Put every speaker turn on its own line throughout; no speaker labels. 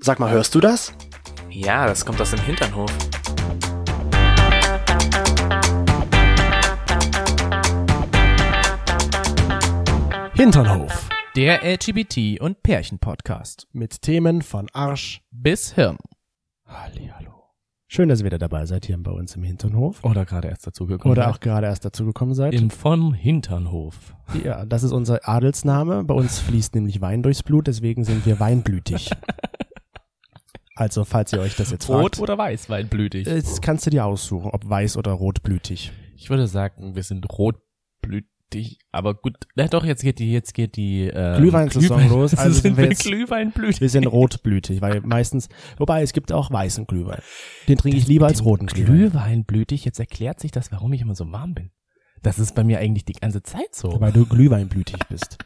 Sag mal, hörst du das?
Ja, das kommt aus dem Hinternhof.
Hinternhof.
Der LGBT- und Pärchen-Podcast.
Mit Themen von Arsch.
Bis Hirn.
Hallihallo. Schön, dass ihr wieder dabei seid hier bei uns im Hinternhof.
Oder gerade erst dazugekommen.
Oder auch gerade erst dazugekommen seid.
Im vom Hinternhof.
ja, das ist unser Adelsname. Bei uns fließt nämlich Wein durchs Blut, deswegen sind wir weinblütig. Also, falls ihr euch das jetzt
Rot
fragt,
oder weiß, weinblütig.
das kannst du dir aussuchen, ob weiß oder rotblütig.
Äh, Ich würde sagen, wir sind rotblütig. Aber gut, na doch, jetzt geht die, jetzt geht die äh,
Glühweinsaison los, also sind
Also sind
wir
wir
jetzt-
Glühweinblütig.
Wir sind rotblütig, weil meistens, wobei es gibt auch weißen Glühwein. Den trinke ich lieber als roten Glühwein.
Glühweinblütig. Jetzt erklärt sich das, warum ich immer so warm bin. Das ist bei mir eigentlich die ganze Zeit so.
Weil du glühweinblütig bist.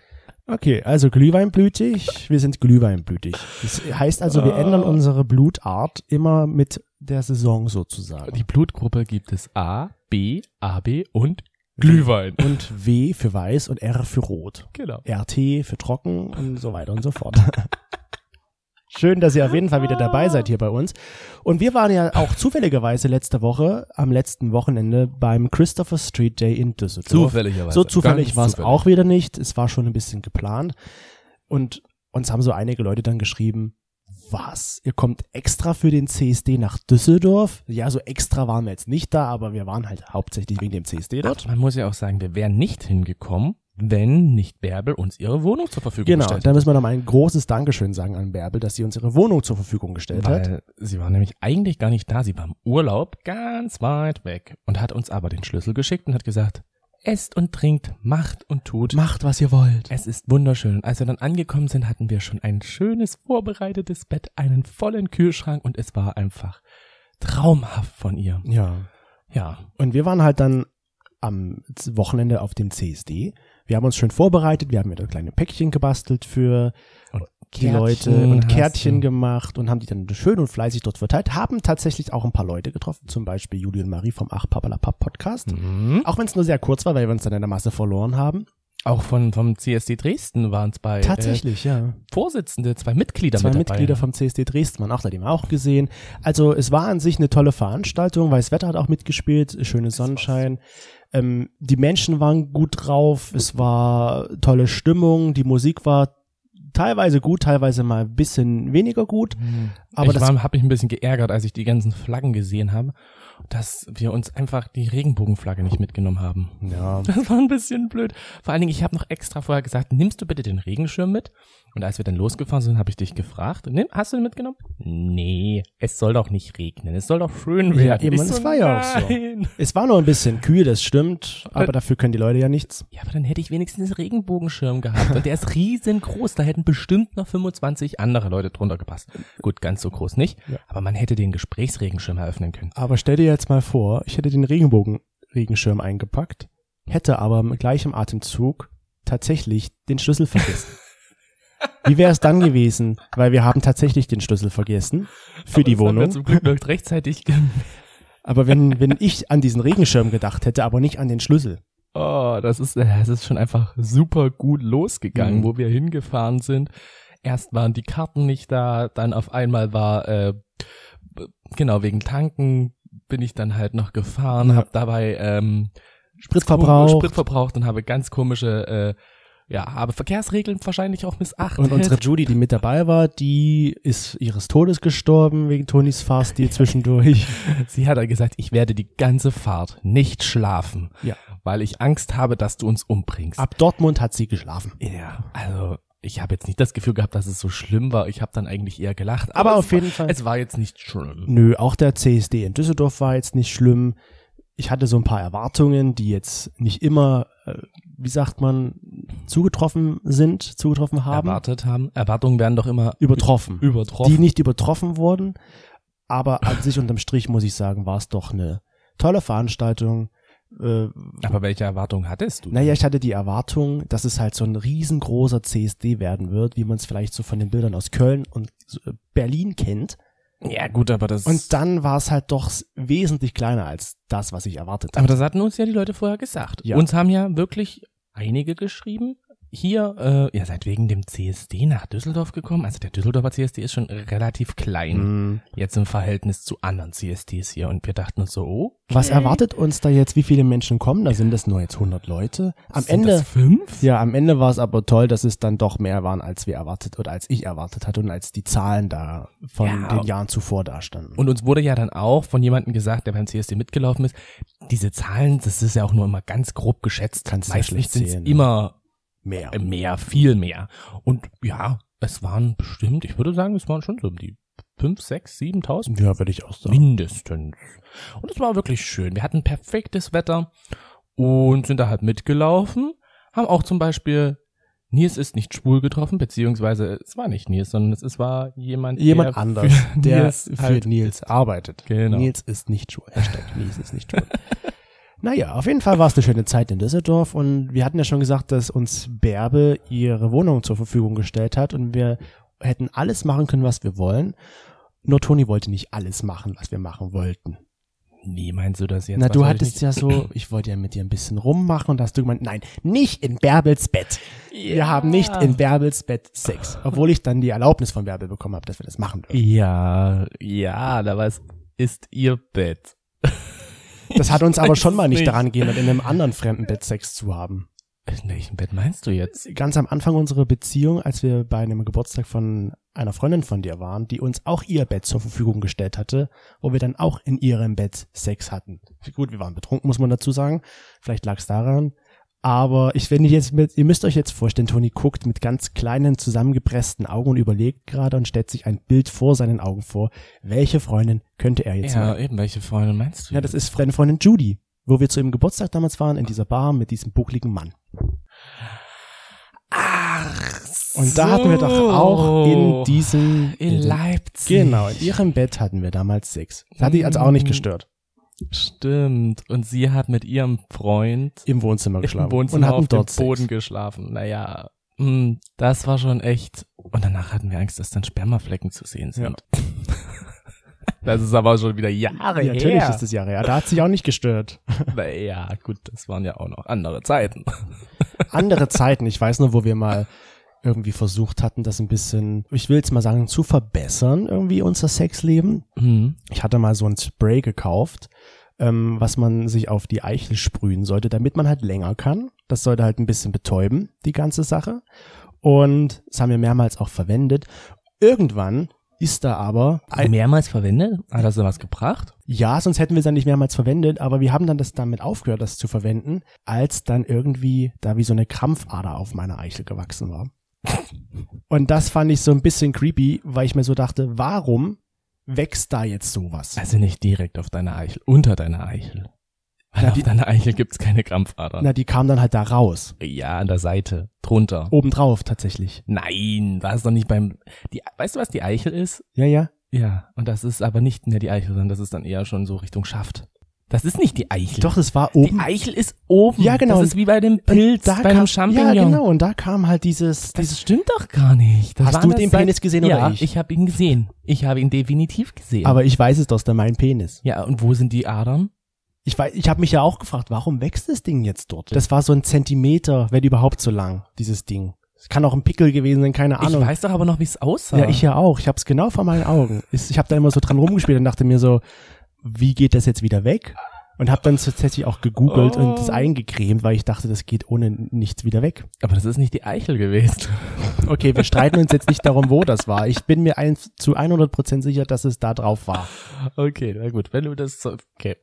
Okay, also glühweinblütig, wir sind glühweinblütig. Das heißt also, wir
Ah.
ändern unsere Blutart immer mit der Saison
die
sozusagen.
Blutgruppe gibt es A, B, AB und Glühwein.
Und W für weiß und R für rot.
Genau.
RT für trocken und so weiter und so fort. Schön, dass ihr auf jeden Fall wieder dabei seid hier bei uns. Und wir waren ja auch zufälligerweise letzte Woche, am letzten Wochenende, beim Christopher Street Day in Düsseldorf.
Zufälligerweise.
So zufällig
Ganz
war es
zufällig.
auch wieder nicht. Es war schon ein bisschen geplant. Und uns haben so einige Leute dann geschrieben, was? Ihr kommt extra für den CSD nach Düsseldorf? Ja, so extra waren wir jetzt nicht da, aber wir waren halt hauptsächlich wegen dem CSD dort.
Man muss ja auch sagen, wir wären nicht hingekommen, wenn nicht Bärbel uns ihre Wohnung zur Verfügung
Genau,
gestellt
da müssen wir nochmal ein großes Dankeschön sagen an Bärbel, dass sie uns ihre Wohnung zur Verfügung gestellt hat.
Weil sie war nämlich eigentlich gar nicht da. Sie war im Urlaub ganz weit weg und hat uns aber den Schlüssel geschickt und hat gesagt, esst und trinkt, macht und tut.
Macht, was ihr wollt.
es ist wunderschön. Und als wir dann angekommen sind, hatten wir schon ein schönes vorbereitetes Bett, einen vollen Kühlschrank und es war einfach traumhaft von ihr.
Ja.
Ja,
Und wir waren halt dann am Z- Wochenende auf dem CSD. Wir haben uns schön vorbereitet, wir haben wieder kleine Päckchen gebastelt für die Leute und
hast
Kärtchen
du.
gemacht und haben die dann schön und fleißig dort verteilt, haben tatsächlich auch ein paar Leute getroffen, zum Beispiel Julie und Marie vom Ach Papalapap Podcast.
Mhm.
Auch wenn es nur sehr kurz war, weil wir uns dann in der Masse verloren haben.
Auch von, vom CSD Dresden waren es bei
Tatsächlich, ja.
Äh, Vorsitzende, zwei Mitglieder
Zwei
mit dabei.
Mitglieder vom CSD Dresden waren auch da, die haben wir auch gesehen. Also es war an sich eine tolle Veranstaltung, weil das Wetter hat auch mitgespielt, schönes Sonnenschein. Ähm, die Menschen waren gut drauf, es war tolle Stimmung, die Musik war teilweise gut, teilweise mal ein bisschen weniger gut. Aber
Aber Mhm. ich
das
habe mich ein bisschen geärgert, als ich die ganzen Flaggen gesehen habe, dass wir uns einfach die Regenbogenflagge nicht mitgenommen haben.
ja,
Das war ein bisschen blöd. Vor allen Dingen, ich habe noch extra vorher gesagt, nimmst du bitte den Regenschirm mit? Und als wir dann losgefahren sind, habe ich dich gefragt, nimm, hast du den mitgenommen? Nee, es soll doch nicht regnen, es soll doch schön
Ja,
werden.
eben,
Ich
und es war ja auch so.
nein.
Es war nur ein bisschen kühl, das stimmt,
Äh,
aber dafür können die Leute ja nichts.
Ja, aber dann hätte ich wenigstens einen Regenbogenschirm gehabt. Und der ist riesengroß. Da hätten bestimmt noch 25 andere Leute drunter gepasst. Gut, ganz so groß nicht.
Ja.
Aber man hätte den Gesprächsregenschirm eröffnen können.
Aber stell dir jetzt mal vor, ich hätte den Regenbogen Regenschirm eingepackt, hätte aber im gleichen Atemzug tatsächlich den Schlüssel vergessen. Wie wäre es dann gewesen? Weil wir haben tatsächlich den Schlüssel vergessen für die
Das haben wir
Wohnung.
zum Glück noch rechtzeitig. ge-
Aber wenn, wenn ich an diesen Regenschirm gedacht hätte, aber nicht an den Schlüssel.
Oh, das ist, das ist schon einfach super gut losgegangen,
Mhm.
wo wir hingefahren sind. Erst waren die Karten nicht da, dann auf einmal war, äh, b- genau, wegen Tanken bin ich dann halt noch gefahren, hab dabei ähm,
Spritverbrauch.
Sprit verbraucht und habe ganz komische, äh, ja, habe Verkehrsregeln wahrscheinlich auch missachtet.
Und unsere Judy, die mit dabei war, die ist ihres Todes gestorben wegen Tonis Fahrstil zwischendurch.
Sie hat dann gesagt, ich werde die ganze Fahrt nicht schlafen,
Ja.
weil ich Angst habe, dass du uns umbringst.
Ab Dortmund hat sie geschlafen.
Ja, also ich habe jetzt nicht das Gefühl gehabt, dass es so schlimm war. Ich habe dann eigentlich eher gelacht.
Aber auf
es war,
jeden Fall.
Es war jetzt nicht schlimm.
Nö, auch der CSD in Düsseldorf war jetzt nicht schlimm. Ich hatte so ein paar Erwartungen, die jetzt nicht immer, äh, wie sagt man, zugetroffen sind, zugetroffen haben,
Erwartet haben. Erwartungen werden doch immer
übertroffen.
übertroffen.
Die nicht übertroffen wurden, aber an sich unterm Strich muss ich sagen, war es doch eine tolle Veranstaltung. Äh,
Aber welche Erwartungen hattest du?
naja, ich hatte die Erwartung, dass es halt so ein riesengroßer CSD werden wird, wie man es vielleicht so von den Bildern aus Köln und äh, Berlin kennt.
Ja gut, aber das.
Und dann war es halt doch s- wesentlich kleiner als das, was ich erwartet habe.
aber das hatten uns ja die Leute vorher gesagt.
Ja.
Uns haben ja wirklich einige geschrieben. hier, äh, ihr seid wegen dem CSD nach Düsseldorf gekommen. Also der Düsseldorfer CSD ist schon relativ
Mhm.
klein. Jetzt im Verhältnis zu anderen CSDs hier. Und wir dachten uns so, oh,
Was erwartet uns da jetzt? Wie viele Menschen kommen? Da sind das nur jetzt 100 Leute. Am
sind
Ende,
das fünf?
ja, am Ende war es aber toll, dass es dann doch mehr waren, als wir erwartet oder als ich erwartet hatte und als die Zahlen da von
Ja.
den Jahren zuvor dastanden.
Und uns wurde ja dann auch von jemandem gesagt, der beim CSD mitgelaufen ist, diese Zahlen, das ist ja auch nur immer ganz grob geschätzt.
Kannst du ja
Meistens
schlecht
sind es
sehen, ne?
immer
mehr.
äh, mehr, viel mehr. Und ja, es waren bestimmt, ich würde sagen, es waren schon so um die fünf, sechs, 7.000
Ja, würde ich auch sagen.
Mindestens. Und es war wirklich schön. Wir hatten perfektes Wetter und sind da halt mitgelaufen. Haben auch zum Beispiel Nils ist nicht schwul getroffen, beziehungsweise es war nicht Nils, sondern es, es war jemand,
Jemand
der
anders,
für
der
Nils
für
halt,
Nils arbeitet.
Genau.
Nils ist nicht schwul. Hashtag Nils ist nicht schwul. Naja, auf jeden Fall war es eine schöne Zeit in Düsseldorf und wir hatten ja schon gesagt, dass uns Bärbe ihre Wohnung zur Verfügung gestellt hat und wir hätten alles machen können, was wir wollen. Nur Toni wollte nicht alles machen, was wir machen wollten.
Wie meinst du das jetzt?
Na,
Was
du
soll ich
hattest ja so, ich wollte ja mit dir ein bisschen rummachen und da hast du gemeint, nein, nicht in Bärbels Bett. Wir haben nicht in Bärbels Bett Sex. Obwohl ich dann die Erlaubnis von Bärbel bekommen habe, dass wir das machen dürfen.
Ja, ja, da war es, ist ihr Bett.
Das hat uns aber schon mal
es
nicht
nicht.
daran gehindert, in einem anderen fremden Bett Sex zu haben.
In welchem Bett meinst du jetzt?
Ganz am Anfang unserer Beziehung, als wir bei einem Geburtstag von einer Freundin von dir waren, die uns auch ihr Bett zur Verfügung gestellt hatte, wo wir dann auch in ihrem Bett Sex hatten. Gut, wir waren betrunken, muss man dazu sagen. Vielleicht lag es daran. Aber ich wenn ich jetzt mit, ihr müsst euch jetzt vorstellen, Toni guckt mit ganz kleinen zusammengepressten Augen und überlegt gerade und stellt sich ein Bild vor seinen Augen vor, welche Freundin könnte er jetzt
Ja, eben, welche Freunde meinst du?
Ja, das ist Freundin, Freundin Judy, wo wir zu ihrem Geburtstag damals waren, in dieser Bar mit diesem buckligen Mann. Ach, Und da hatten wir doch auch in diesem...
in Leipzig.
Genau, in ihrem Bett hatten wir damals Sex. Das hat die also auch nicht
Mm.
gestört.
Stimmt. Und sie hat mit ihrem Freund
Im Wohnzimmer geschlafen.
im Wohnzimmer
und hatten
auf
dort
dem Boden
Sex.
geschlafen. Naja, mh, das war schon echt. Und danach hatten wir Angst, dass dann Spermaflecken zu sehen sind. das ist aber schon wieder Jahre
Ja,
her.
natürlich ist das Jahre her. Da hat sich auch nicht gestört.
naja, gut, das waren ja auch noch andere Zeiten.
Andere Zeiten. Ich weiß nur, wo wir mal irgendwie versucht hatten, das ein bisschen, ich will jetzt mal sagen, zu verbessern, irgendwie unser Sexleben.
Mhm.
Ich hatte mal so ein Spray gekauft, ähm, was man sich auf die Eichel sprühen sollte, damit man halt länger kann. Das sollte halt ein bisschen betäuben, die ganze Sache. Und das haben wir mehrmals auch verwendet. Irgendwann ist da aber ein,
Mehrmals verwendet? Hat das denn was gebracht?
ja, sonst hätten wir es dann nicht mehrmals verwendet, aber wir haben dann das damit aufgehört, das zu verwenden, als dann irgendwie da wie so eine Krampfader auf meiner Eichel gewachsen war. Und das fand ich so ein bisschen creepy, weil ich mir so dachte, warum wächst da jetzt sowas?
Also nicht direkt auf deiner Eichel, unter deiner Eichel. Weil
Na,
auf
die-
deiner Eichel gibt's keine Krampfadern.
Na, die kam dann halt da raus.
ja, an der Seite, drunter.
Obendrauf tatsächlich.
Nein, war es doch nicht beim. Die, weißt du, was die Eichel ist?
Ja, ja.
Ja, und das ist aber nicht mehr die Eichel, sondern das ist dann eher schon so Richtung Schaft. Das ist nicht die Eichel.
Doch, das war
Die
oben.
Eichel ist oben.
Ja, genau.
Das ist wie bei dem Pilz,
Und da
bei
kam-
einem Champignon.
Ja, genau. Und da kam halt dieses, dieses
Das stimmt doch gar nicht. Das
Hast
war
du
das
den
seit-
Penis gesehen
ja,
oder ich?
Ja, ich habe ihn gesehen. Ich habe ihn definitiv gesehen.
aber ich weiß es doch, ist dann mein Penis.
ja, und wo sind die Adern?
Ich weiß, ich habe mich ja auch gefragt, warum wächst das Ding jetzt dort? Das war so ein Zentimeter, wenn überhaupt so lang, dieses Ding. Es kann auch ein Pickel gewesen sein, keine Ahnung.
Ich weiß doch aber noch, wie es aussah.
ja, ich ja auch. Ich habe es genau vor meinen Augen. Ist- Ich habe da immer so dran rumgespielt und dachte mir so, wie geht das jetzt wieder weg? Und habe dann tatsächlich auch gegoogelt und
Oh.
das eingecremt, weil ich dachte, das geht ohne nichts wieder weg.
aber das ist nicht die Eichel gewesen.
Okay, wir streiten uns jetzt nicht darum, wo das war. Ich bin mir ein, zu 100% sicher, dass es da drauf war.
Okay, na gut, wenn du das so, okay.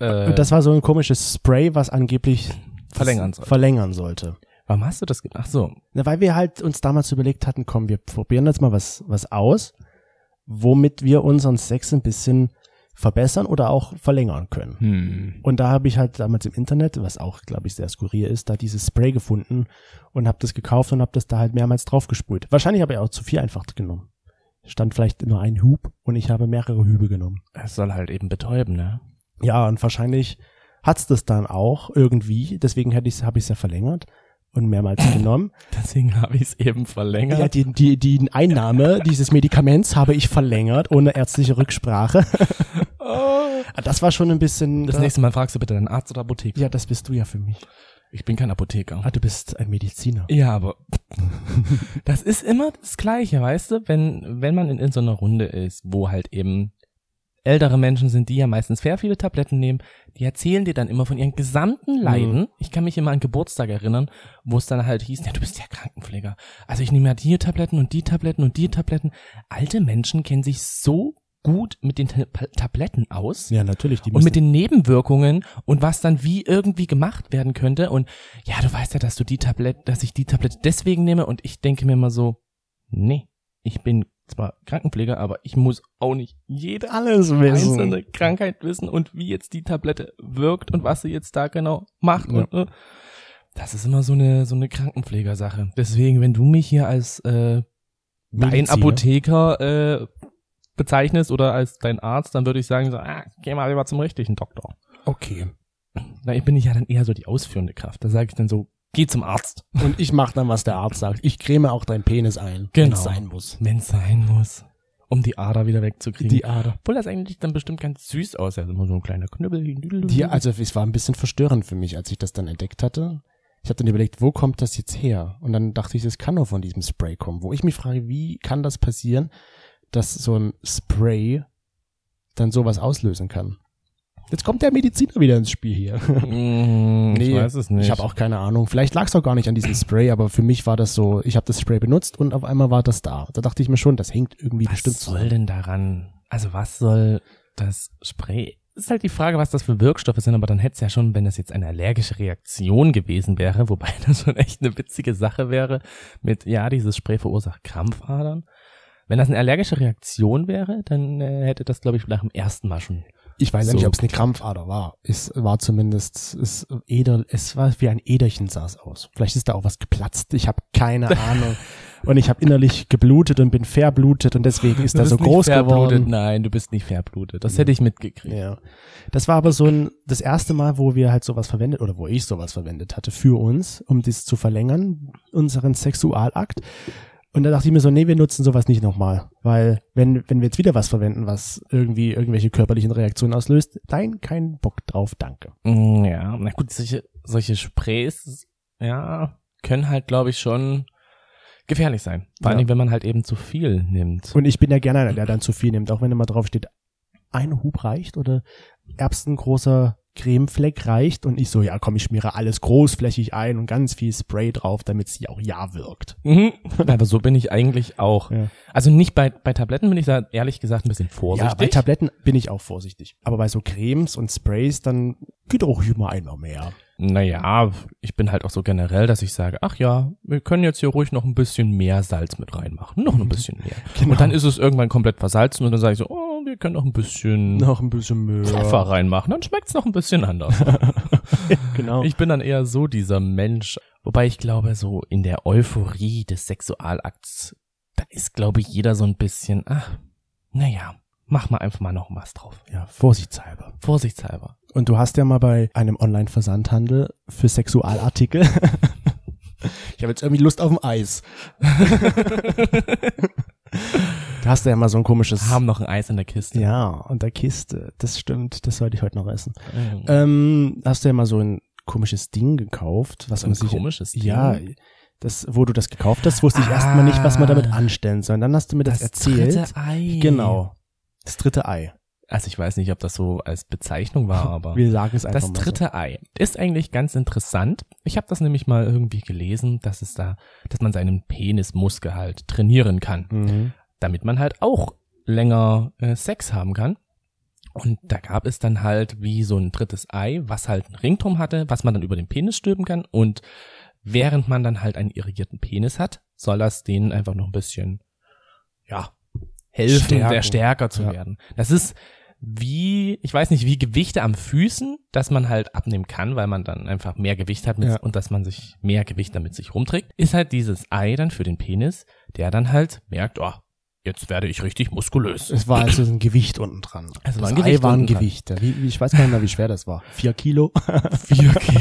Äh,
Und das war so ein komisches Spray, was angeblich das
Verlängern sollte.
verlängern sollte.
warum hast du das gemacht? Ach so,
Na, weil wir halt uns damals überlegt hatten, komm, wir probieren jetzt mal was, was aus, womit wir unseren Sex ein bisschen verbessern oder auch verlängern können.
hm.
Und da habe ich halt damals im Internet, was auch, glaube ich, sehr skurril ist, da dieses Spray gefunden und habe das gekauft und habe das da halt mehrmals draufgesprüht. Wahrscheinlich habe ich auch zu viel einfach genommen. Stand vielleicht nur ein Hub und ich habe mehrere Hübe genommen.
Es soll halt eben betäuben, ne?
Ja, und wahrscheinlich hat's das dann auch irgendwie. Deswegen hätte ich's, habe ich es ja verlängert und mehrmals genommen.
Deswegen habe ich es eben verlängert.
Ja, die, die, die Einnahme dieses Medikaments habe ich verlängert ohne ärztliche Rücksprache.
Oh.
Ah, Das war schon ein bisschen.
das nächste Mal fragst du bitte deinen Arzt oder Apotheke.
ja, das bist du ja für mich.
Ich bin kein Apotheker.
Ah, du bist ein Mediziner.
Ja, aber das ist immer das Gleiche, weißt du? Wenn, wenn man in, in so einer Runde ist, wo halt eben ältere Menschen sind, die ja meistens sehr viele Tabletten nehmen, die erzählen dir dann immer von ihren gesamten Leiden. Ich kann mich immer an Geburtstag erinnern, wo es dann halt hieß, ja, du bist ja Krankenpfleger. Also ich nehme ja die Tabletten und die Tabletten und die Tabletten. Alte Menschen kennen sich so gut mit den Ta Tabletten aus
Ja, natürlich. Die
und
müssen-
mit den Nebenwirkungen und was dann wie irgendwie gemacht werden könnte und ja, du weißt ja, dass du die Tablette, dass ich die Tablette deswegen nehme und ich denke mir immer so, nee, ich bin zwar Krankenpfleger, aber ich muss auch nicht jede
alles
einzelne Krankheit wissen und wie jetzt die Tablette wirkt und was sie jetzt da genau macht. Und, äh, das ist immer so eine so eine Krankenpflegersache. Deswegen, wenn du mich hier als äh, dein
Mediziner.
Apotheker äh, bezeichnest oder als dein Arzt, dann würde ich sagen, so, ah, geh mal lieber zum richtigen Doktor.
Okay.
Na, ich bin ich ja dann eher so die ausführende Kraft. Da sage ich dann so, geh zum Arzt,
Und ich mache dann, was der Arzt sagt. Ich creme auch deinen Penis ein,
Genau.
wenn's sein muss.
wenn es sein muss, um die Ader wieder wegzukriegen.
Die Ader.
Obwohl das eigentlich dann bestimmt ganz süß aussah, immer so ein kleiner Knüppel.
Die, also es war ein bisschen verstörend für mich, als ich das dann entdeckt hatte. Ich habe dann überlegt, wo kommt das jetzt her? Und dann dachte ich, das kann nur von diesem Spray kommen. Wo ich mich frage, wie kann das passieren, dass so ein Spray dann sowas auslösen kann? Jetzt kommt der Mediziner wieder ins Spiel hier.
Mm, ich weiß es nicht.
Ich habe auch keine Ahnung. Vielleicht lag es auch gar nicht an diesem Spray, aber für mich war das so, ich habe das Spray benutzt und auf einmal war das da. Da dachte ich mir schon, das hängt irgendwie
was
bestimmt
soll denn daran? Also was soll das Spray? Ist halt die Frage, was das für Wirkstoffe sind, aber dann hätte es ja schon, wenn das jetzt eine allergische Reaktion gewesen wäre, wobei das schon echt eine witzige Sache wäre, mit, ja, dieses Spray verursacht Krampfadern. Wenn das eine allergische Reaktion wäre, dann äh, hätte das, glaube ich, nach dem ersten Mal schon.
Ich weiß ja
So.
nicht, ob es eine Krampfader war. Es war zumindest, es, Eder, es war wie ein Ederchen sah es aus. Vielleicht ist da auch was geplatzt. Ich habe keine Ahnung. Und ich habe innerlich geblutet und bin verblutet und deswegen ist da so groß geworden.
Nein, du bist nicht verblutet. Das hätte ich mitgekriegt.
Ja. Das war aber so ein, das erste Mal, wo wir halt sowas verwendet, oder wo ich sowas verwendet hatte für uns, um dies zu verlängern, unseren Sexualakt. Und da dachte ich mir so, nee, wir nutzen sowas nicht nochmal. Weil, wenn, wenn wir jetzt wieder was verwenden, was irgendwie irgendwelche körperlichen Reaktionen auslöst, nein, kein Bock drauf, danke.
Mm, Ja, na gut, solche, solche Sprays, ja, können halt, glaube ich, schon gefährlich sein. Vor
Ja.
allen Dingen, wenn man halt eben zu viel nimmt.
Und ich bin ja gerne einer, der dann zu viel nimmt, auch wenn immer drauf steht, ein Hub reicht oder erbsengroßer Cremefleck reicht und ich so, ja komm, ich schmiere alles großflächig ein und ganz viel Spray drauf, damit sie auch ja wirkt.
Mhm. Aber so bin ich eigentlich auch.
Ja.
Also nicht bei, bei Tabletten bin ich da ehrlich gesagt ein bisschen vorsichtig.
Ja, bei Tabletten bin ich auch vorsichtig. Aber bei so Cremes und Sprays, dann geht auch immer einer mehr.
naja, ich bin halt auch so generell, dass ich sage, ach ja, wir können jetzt hier ruhig noch ein bisschen mehr Salz mit reinmachen. Noch ein bisschen mehr.
Genau.
Und dann ist es irgendwann komplett versalzen und dann sage ich so, oh, wir können noch ein bisschen
noch ein bisschen mehr.
Pfeffer reinmachen. Dann schmeckt's noch ein bisschen anders.
Genau.
Ich bin dann eher so dieser Mensch. Wobei ich glaube, so in der Euphorie des Sexualakts, da ist, glaube ich, jeder so ein bisschen, ach, naja, mach mal einfach mal noch was drauf.
ja, vorsichtshalber.
Vorsichtshalber.
Und du hast ja mal bei einem Online-Versandhandel für Sexualartikel. ich habe jetzt irgendwie Lust auf ein Eis. da hast du ja mal so ein komisches.
Haben noch ein Eis in der Kiste.
ja, und der Kiste. Das stimmt, das sollte ich heute noch essen. Ähm, hast du ja mal so ein komisches Ding gekauft, was
Ein
man sich
komisches Ding.
Ja, das, wo du das gekauft hast, wusste ich erstmal nicht, was man damit anstellen soll. Und dann hast du mir Ah. das, erzählt.
dritte Ei.
Genau. Das dritte Ei.
Also ich weiß nicht, ob das so als Bezeichnung war, aber.
Wir sagen es einfach
Das
mal.
dritte Ei ist eigentlich ganz interessant. Ich habe das nämlich mal irgendwie gelesen, dass es da, dass man seinen Penismuskel halt trainieren kann.
So. Mhm.
damit man halt auch länger äh, Sex haben kann. Und da gab es dann halt wie so ein drittes Ei, was halt einen Ringturm hatte, was man dann über den Penis stülpen kann. Und während man dann halt einen irrigierten Penis hat, soll das denen einfach noch ein bisschen, ja, helfen,
Stärken.
der stärker zu
Ja.
werden. Das ist wie, ich weiß nicht, wie Gewichte am Füßen, dass man halt abnehmen kann, weil man dann einfach mehr Gewicht hat mit,
Ja.
und dass man sich mehr Gewicht damit sich rumträgt, ist halt dieses Ei dann für den Penis, der dann halt merkt, oh, jetzt werde ich richtig muskulös.
Es war also ein Gewicht unten dran.
Es
das
war ein Gewicht
Ei war ein
unten dran.
Gewicht. Ja, Wie, wie, ich weiß gar nicht mehr, wie schwer das war. Vier Kilo.
Vier Kilo.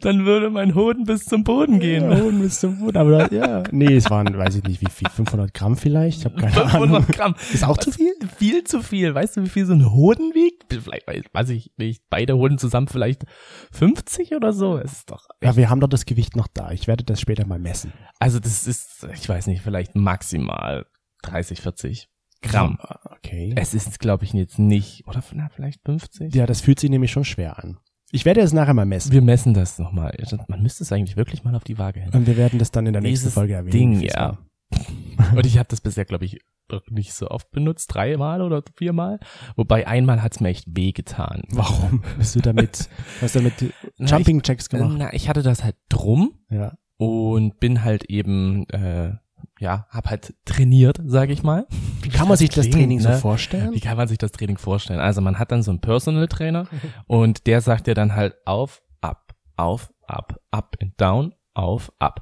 dann würde mein Hoden bis zum Boden gehen.
Ja, Hoden bis zum Boden, aber das, ja. Nee, es waren, weiß ich nicht, wie viel, 500 Gramm vielleicht? Ich habe keine Ahnung.
500 Gramm.
Ist auch zu viel?
Viel zu viel. Weißt du, wie viel so ein Hoden wiegt? Vielleicht, weiß, weiß ich nicht, beide Hoden zusammen vielleicht 50 oder so. Es ist doch,
Ja, wir haben doch das Gewicht noch da. Ich werde das später mal messen.
also das ist, ich weiß nicht, vielleicht maximal 30, 40 Gramm.
Okay.
Es ist, glaube ich, jetzt nicht, oder na, vielleicht 50?
Ja, das fühlt sich nämlich schon schwer an. Ich werde es nachher mal messen.
Wir messen das nochmal. Man müsste es eigentlich wirklich mal auf die Waage hin.
Und wir werden das dann in der nächsten
Dieses
Folge erwähnen.
Ding,
wie es
ja.
war.
Und ich habe das bisher, glaube ich, noch nicht so oft benutzt, dreimal oder viermal. Wobei einmal hat's mir echt wehgetan.
Warum bist du damit, hast du damit
Na,
Jumping Jacks
ich, äh,
gemacht?
Na, ich hatte das halt drum
ja.
und bin halt eben, äh, ja, hab halt trainiert, sage ich mal.
Wie kann man sich das
klingt,
Training so
ne? Wie
vorstellen?
kann man sich das Training vorstellen? Also man hat dann so einen Personal Trainer und der sagt dir dann halt auf, ab, auf, ab, up and down, auf, ab.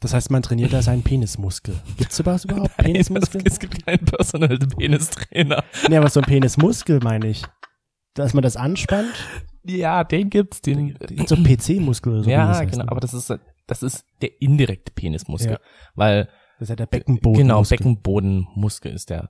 Das heißt, man trainiert da seinen Penismuskel. Gibt's sowas überhaupt? Penismuskel?
Es gibt keinen Personal Penis Trainer.
Nee, aber so ein Penismuskel meine ich. Dass man das anspannt.
Ja, den gibt's, den,
So ein PC-Muskel oder so. wie das
ja,
heißt. ne?
genau, aber das ist das ist der indirekte Penismuskel,
Ja.
weil
Das ist ja der Beckenboden.
genau Beckenbodenmuskel ist der.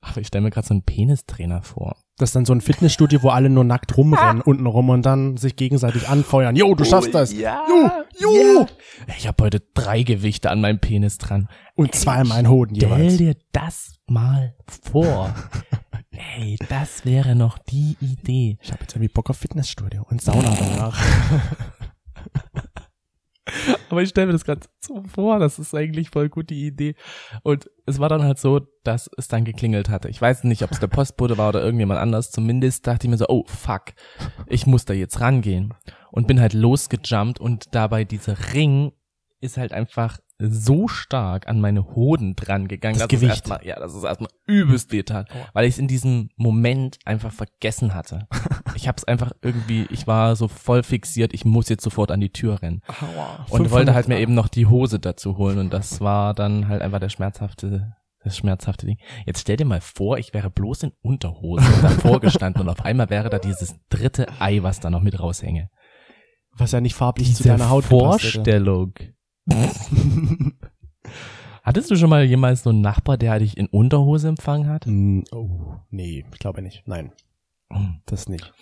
Aber ich stelle mir gerade so einen Penistrainer vor.
Das ist dann so ein Fitnessstudio, wo alle nur nackt rumrennen, unten rum und dann sich gegenseitig anfeuern. Jo, du schaffst das.
Oh Ja,
Jo, jo.
Ja. Ich habe heute drei Gewichte an meinem Penis dran.
Und zweimal mein Hoden
Stell
jeweils.
dir das mal vor. Ey, das wäre noch die Idee.
Ich habe jetzt irgendwie Bock auf Fitnessstudio und Sauna danach.
Aber ich stelle mir das gerade so vor, das ist eigentlich voll gut die Idee. Und es war dann halt so, dass es dann geklingelt hatte. Ich weiß nicht, ob es der Postbote war oder irgendjemand anders. Zumindest dachte ich mir so, oh fuck, ich muss da jetzt rangehen. Und bin halt losgejumpt und dabei dieser Ring ist halt einfach so stark an meine Hoden dran gegangen.
Das
dass es
Gewicht.
Erstmal, ja, das ist erstmal übelst wehtat, weil ich es in diesem Moment einfach vergessen hatte. Ich habe es einfach irgendwie, ich war so voll fixiert, ich muss jetzt sofort an die Tür rennen und wollte halt mir eben noch die Hose dazu holen und das war dann halt einfach der schmerzhafte das schmerzhafte Ding. Jetzt stell dir mal vor, ich wäre bloß in Unterhose davor gestanden und auf einmal wäre da dieses dritte Ei, was da noch mit raushänge.
Was ja nicht farblich zu
Diese
deiner Haut gepasst hätte.
Vorstellung. Hattest du schon mal jemals so einen Nachbar, der dich in Unterhose empfangen hat?
Mm, Oh, nee, ich glaube nicht. Nein, das nicht.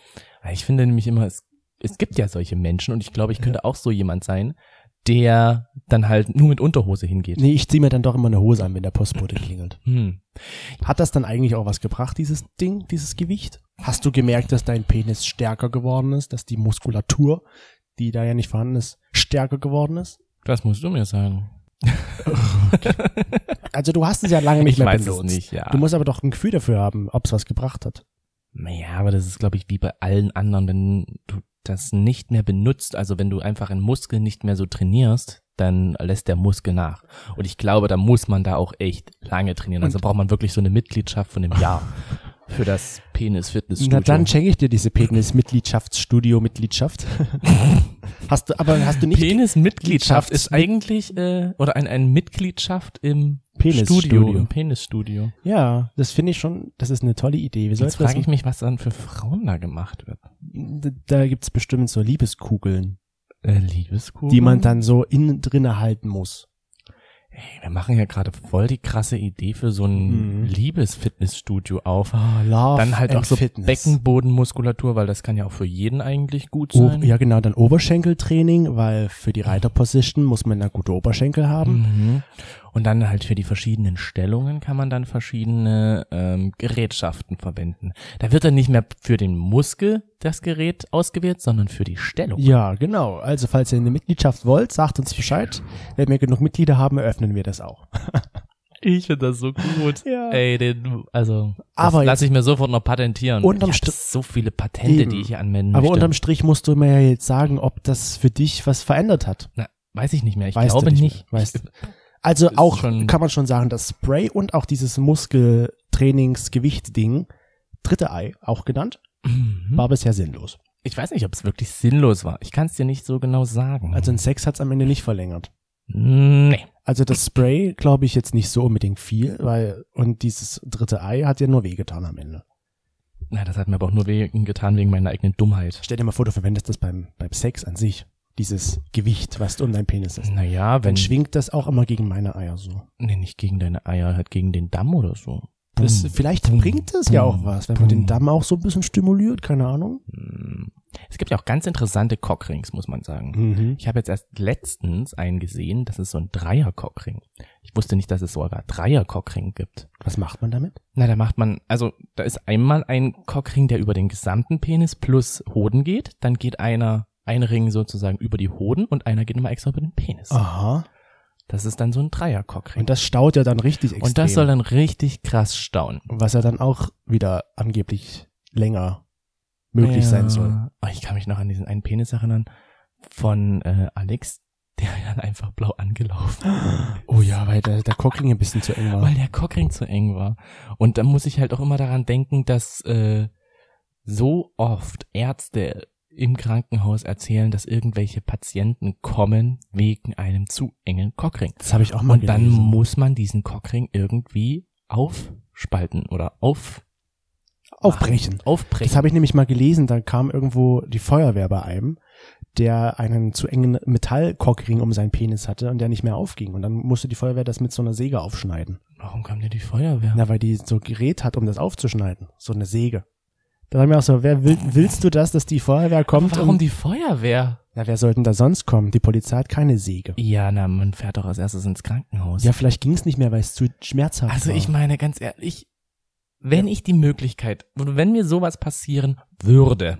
Ich finde nämlich immer, es, es gibt ja solche Menschen und ich glaube, ich könnte auch so jemand sein, der dann halt nur mit Unterhose hingeht.
Nee, ich ziehe mir dann doch immer eine Hose an, wenn der Postbote klingelt.
Hm.
Hat das dann eigentlich auch was gebracht, dieses Ding, dieses Gewicht? Hast du gemerkt, dass dein Penis stärker geworden ist, dass die Muskulatur, die da ja nicht vorhanden ist, stärker geworden ist?
Das musst du mir sagen.
Also du hast es ja lange nicht
Ich
mehr
weiß es
benutzt.
nicht, ja.
Du musst aber doch ein Gefühl dafür haben, ob es was gebracht hat.
Naja, aber das ist, glaube ich, wie bei allen anderen, wenn du das nicht mehr benutzt, also wenn du einfach einen Muskel nicht mehr so trainierst, dann lässt der Muskel nach. Und ich glaube, da muss man da auch echt lange trainieren. Also braucht man wirklich so eine Mitgliedschaft von einem Jahr für das Penis-Fitnessstudio.
Na dann schenke ich dir diese Penis-Mitgliedschaftsstudio-Mitgliedschaft. hast du, aber hast du nicht
Penis-Mitgliedschaft ist eigentlich, äh, oder ein, ein Mitgliedschaft im
Penisstudio.
Studio, im Penisstudio.
Ja, das finde ich schon, das ist eine tolle Idee. Wir
Jetzt
sollten das,
frage ich mich, was dann für Frauen da gemacht wird.
da gibt's bestimmt so Liebeskugeln,
Äh, Liebeskugeln?
die man dann so innen drinne halten muss.
Ey, wir machen ja gerade voll die krasse Idee für so ein
Mhm.
Liebesfitnessstudio auf.
Ah, love
Dann halt
and
auch so
Fitness.
Beckenbodenmuskulatur, weil das kann ja auch für jeden eigentlich gut
O-
sein.
ja genau, dann Oberschenkeltraining, weil für die Reiterposition muss man ja gute Oberschenkel haben.
Mhm. Und dann halt für die verschiedenen Stellungen kann man dann verschiedene ähm, Gerätschaften verwenden. Da wird dann nicht mehr für den Muskel das Gerät ausgewählt, sondern für die Stellung.
Ja, genau. Also falls ihr eine Mitgliedschaft wollt, sagt uns Bescheid. Wenn wir genug Mitglieder haben, eröffnen wir das auch. Äh,
Ich finde das so gut.
Ja.
Ey, den, also
Aber
das lasse ich mir sofort noch patentieren.
Unterm
ich hab
Strich-
so viele Patente,
Eben.
die ich hier anwenden
Aber
möchte.
unterm Strich musst du mir ja jetzt sagen, ob das für dich was verändert hat.
Na, weiß ich nicht mehr. Ich
Weißt du
glaube
nicht
nicht.
mehr. Weißt du. Also
Ist
auch
schon-
kann man schon sagen, das Spray und auch dieses Muskeltrainingsgewicht-Ding, dritte Ei auch genannt,
Mhm.
war bisher sinnlos.
Ich weiß nicht, ob es wirklich sinnlos war. Ich kann es dir nicht so genau sagen.
Also ein Sex hat's am Ende nicht verlängert.
nee.
Also das Spray glaube ich jetzt nicht so unbedingt viel, weil und dieses dritte Ei hat ja nur wehgetan am Ende.
Na, das hat mir aber auch nur wegen, getan wegen meiner eigenen Dummheit.
Stell dir mal vor, du verwendest das beim, beim Sex an sich. Dieses Gewicht, was du um deinen Penis ist.
Naja, Mhm. wenn
Dann schwingt das auch immer gegen meine Eier so.
Nee, nicht gegen deine Eier, halt gegen den Damm oder so.
Das, Hm. vielleicht bringt es ja auch was, wenn man den Damm auch so ein bisschen stimuliert, keine Ahnung.
Hm. Es gibt ja auch ganz interessante Cockrings, muss man sagen.
Mhm.
Ich habe jetzt erst letztens einen gesehen, das ist so ein Dreier-Cockring. Ich wusste nicht, dass es sogar Dreier-Cockring gibt.
Was macht man damit?
Na, da macht man, also da ist einmal ein Cockring, der über den gesamten Penis plus Hoden geht, dann geht einer, ein Ring sozusagen über die Hoden und einer geht nochmal extra über den Penis.
Aha.
Das ist dann so ein Dreier-Cockring.
Ah. Und das staut ja dann richtig extrem.
und das soll dann richtig krass staunen.
was ja dann auch wieder angeblich länger möglich sein soll.
Oh, ich kann mich noch an diesen einen Penis erinnern von äh, Alex, der dann einfach blau angelaufen,
Oh ja, weil der, der Cockring ein bisschen zu eng war.
weil der Cockring zu eng war. Und da muss ich halt auch immer daran denken, dass äh, so oft Ärzte im Krankenhaus erzählen, dass irgendwelche Patienten kommen wegen einem zu engen Cockring.
Das habe ich auch mal
Und dann
gelesen.
muss man diesen Cockring irgendwie aufspalten oder auf,
Aufbrechen.
aufbrechen.
Das habe ich nämlich mal gelesen, da kam irgendwo die Feuerwehr bei einem, der einen zu engen Metallkockring um seinen Penis hatte und der nicht mehr aufging. Und dann musste die Feuerwehr das mit so einer Säge aufschneiden.
Warum kam denn die Feuerwehr?
Na, weil die so ein Gerät hat, um das aufzuschneiden. So eine Säge. Da dachte ich mir auch so, wer will, willst du das, dass die Feuerwehr kommt?
Warum
und-
die Feuerwehr?
Na, wer sollten da sonst kommen? Die Polizei hat keine Säge.
Ja, na, man fährt doch als erstes ins Krankenhaus.
Ja, vielleicht ging es nicht mehr, weil es zu schmerzhaft
also
war.
ich meine, ganz ehrlich, wenn ich die Möglichkeit, oder wenn mir sowas passieren würde,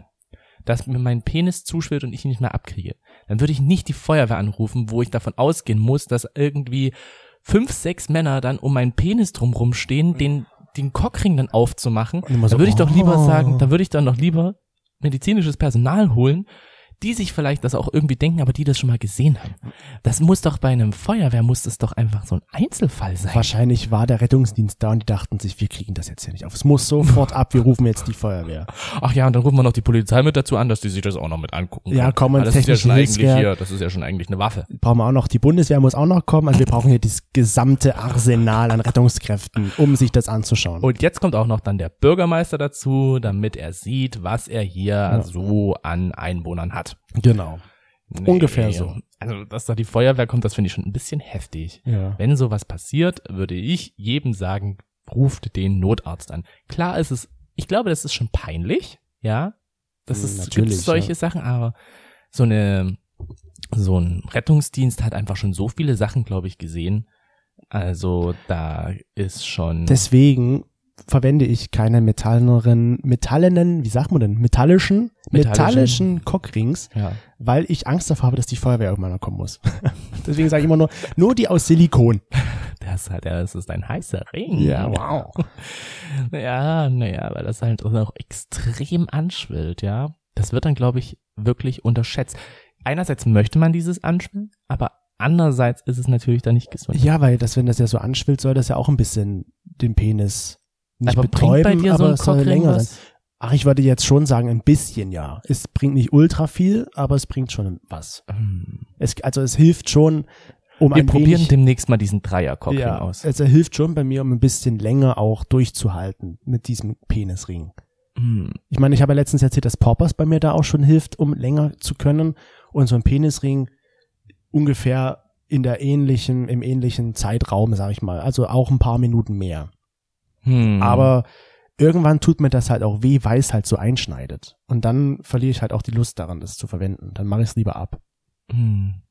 dass mir mein Penis zuschwillt und ich ihn nicht mehr abkriege, dann würde ich nicht die Feuerwehr anrufen, wo ich davon ausgehen muss, dass irgendwie fünf, sechs Männer dann um meinen Penis drumrum stehen, den, den Cockring dann aufzumachen.
Und immer
Da
so,
würde ich doch lieber
oh.
sagen, da würde ich dann doch lieber medizinisches Personal holen, die sich vielleicht das auch irgendwie denken, aber die das schon mal gesehen haben. Das muss doch bei einem Feuerwehr, muss das doch einfach so ein Einzelfall sein.
Wahrscheinlich war der Rettungsdienst da und die dachten sich, wir kriegen das jetzt hier nicht auf. Es muss sofort ab, wir rufen jetzt die Feuerwehr.
Ach ja, und dann rufen wir noch die Polizei mit dazu an, dass die sich das auch noch mit angucken.
Ja,
können.
komm, und
Aber das ist ja
technische
schon eigentlich
Hilfswehr.
hier, das ist ja schon eigentlich eine Waffe.
Brauchen wir auch noch, die Bundeswehr muss auch noch kommen. Also wir brauchen hier das gesamte Arsenal an Rettungskräften, um sich das anzuschauen.
Und jetzt kommt auch noch dann der Bürgermeister dazu, damit er sieht, was er hier so an Einwohnern hat.
genau. Ungefähr so.
Also, dass da die Feuerwehr kommt, das finde ich schon ein bisschen heftig.
Ja.
Wenn sowas passiert, würde ich jedem sagen, ruft den Notarzt an. Klar ist es, ich glaube, das ist schon peinlich, ja. Das
Mm,
ist
natürlich,
gibt's solche
ja.
Sachen, aber so eine, so ein Rettungsdienst hat einfach schon so viele Sachen, glaube ich, gesehen. Also da ist schon.
Deswegen verwende ich keine metallenen, metallenen, wie sagt man denn, metallischen,
Metallischen.
metallischen Cockrings,
ja.
weil ich Angst davor habe, dass die Feuerwehr irgendwann noch kommen muss. Deswegen sage ich immer nur, nur die aus Silikon.
Das hat ja, das ist ein heißer Ring.
Ja, wow.
Ja, naja, weil das halt auch extrem anschwillt, ja. Das wird dann, glaube ich, wirklich unterschätzt. Einerseits möchte man dieses anschwillen, aber andererseits ist es natürlich dann nicht gesund.
Ja, weil das, wenn das ja so anschwillt, soll das ja auch ein bisschen den Penis nicht
aber
betäuben,
bringt bei dir so
aber
ein
es soll
Cockring
länger sein.
was?
Ach, ich würde jetzt schon sagen, ein bisschen ja. Es bringt nicht ultra viel, aber es bringt schon was.
Hm.
Es, also es hilft schon, um
Wir
ein
probieren
wenig,
demnächst mal diesen Dreier-Cockring
ja,
aus.
Also hilft schon bei mir, um ein bisschen länger auch durchzuhalten mit diesem Penisring.
Hm.
Ich meine, ich habe ja letztens erzählt, dass Poppers bei mir da auch schon hilft, um länger zu können. Und so ein Penisring ungefähr in der ähnlichen, im ähnlichen Zeitraum, sage ich mal. Also auch ein paar Minuten mehr.
Hm.
Aber irgendwann tut mir das halt auch weh, weil es halt so einschneidet. Und dann verliere ich halt auch die Lust daran, das zu verwenden. Dann mache ich es lieber ab.
Hm.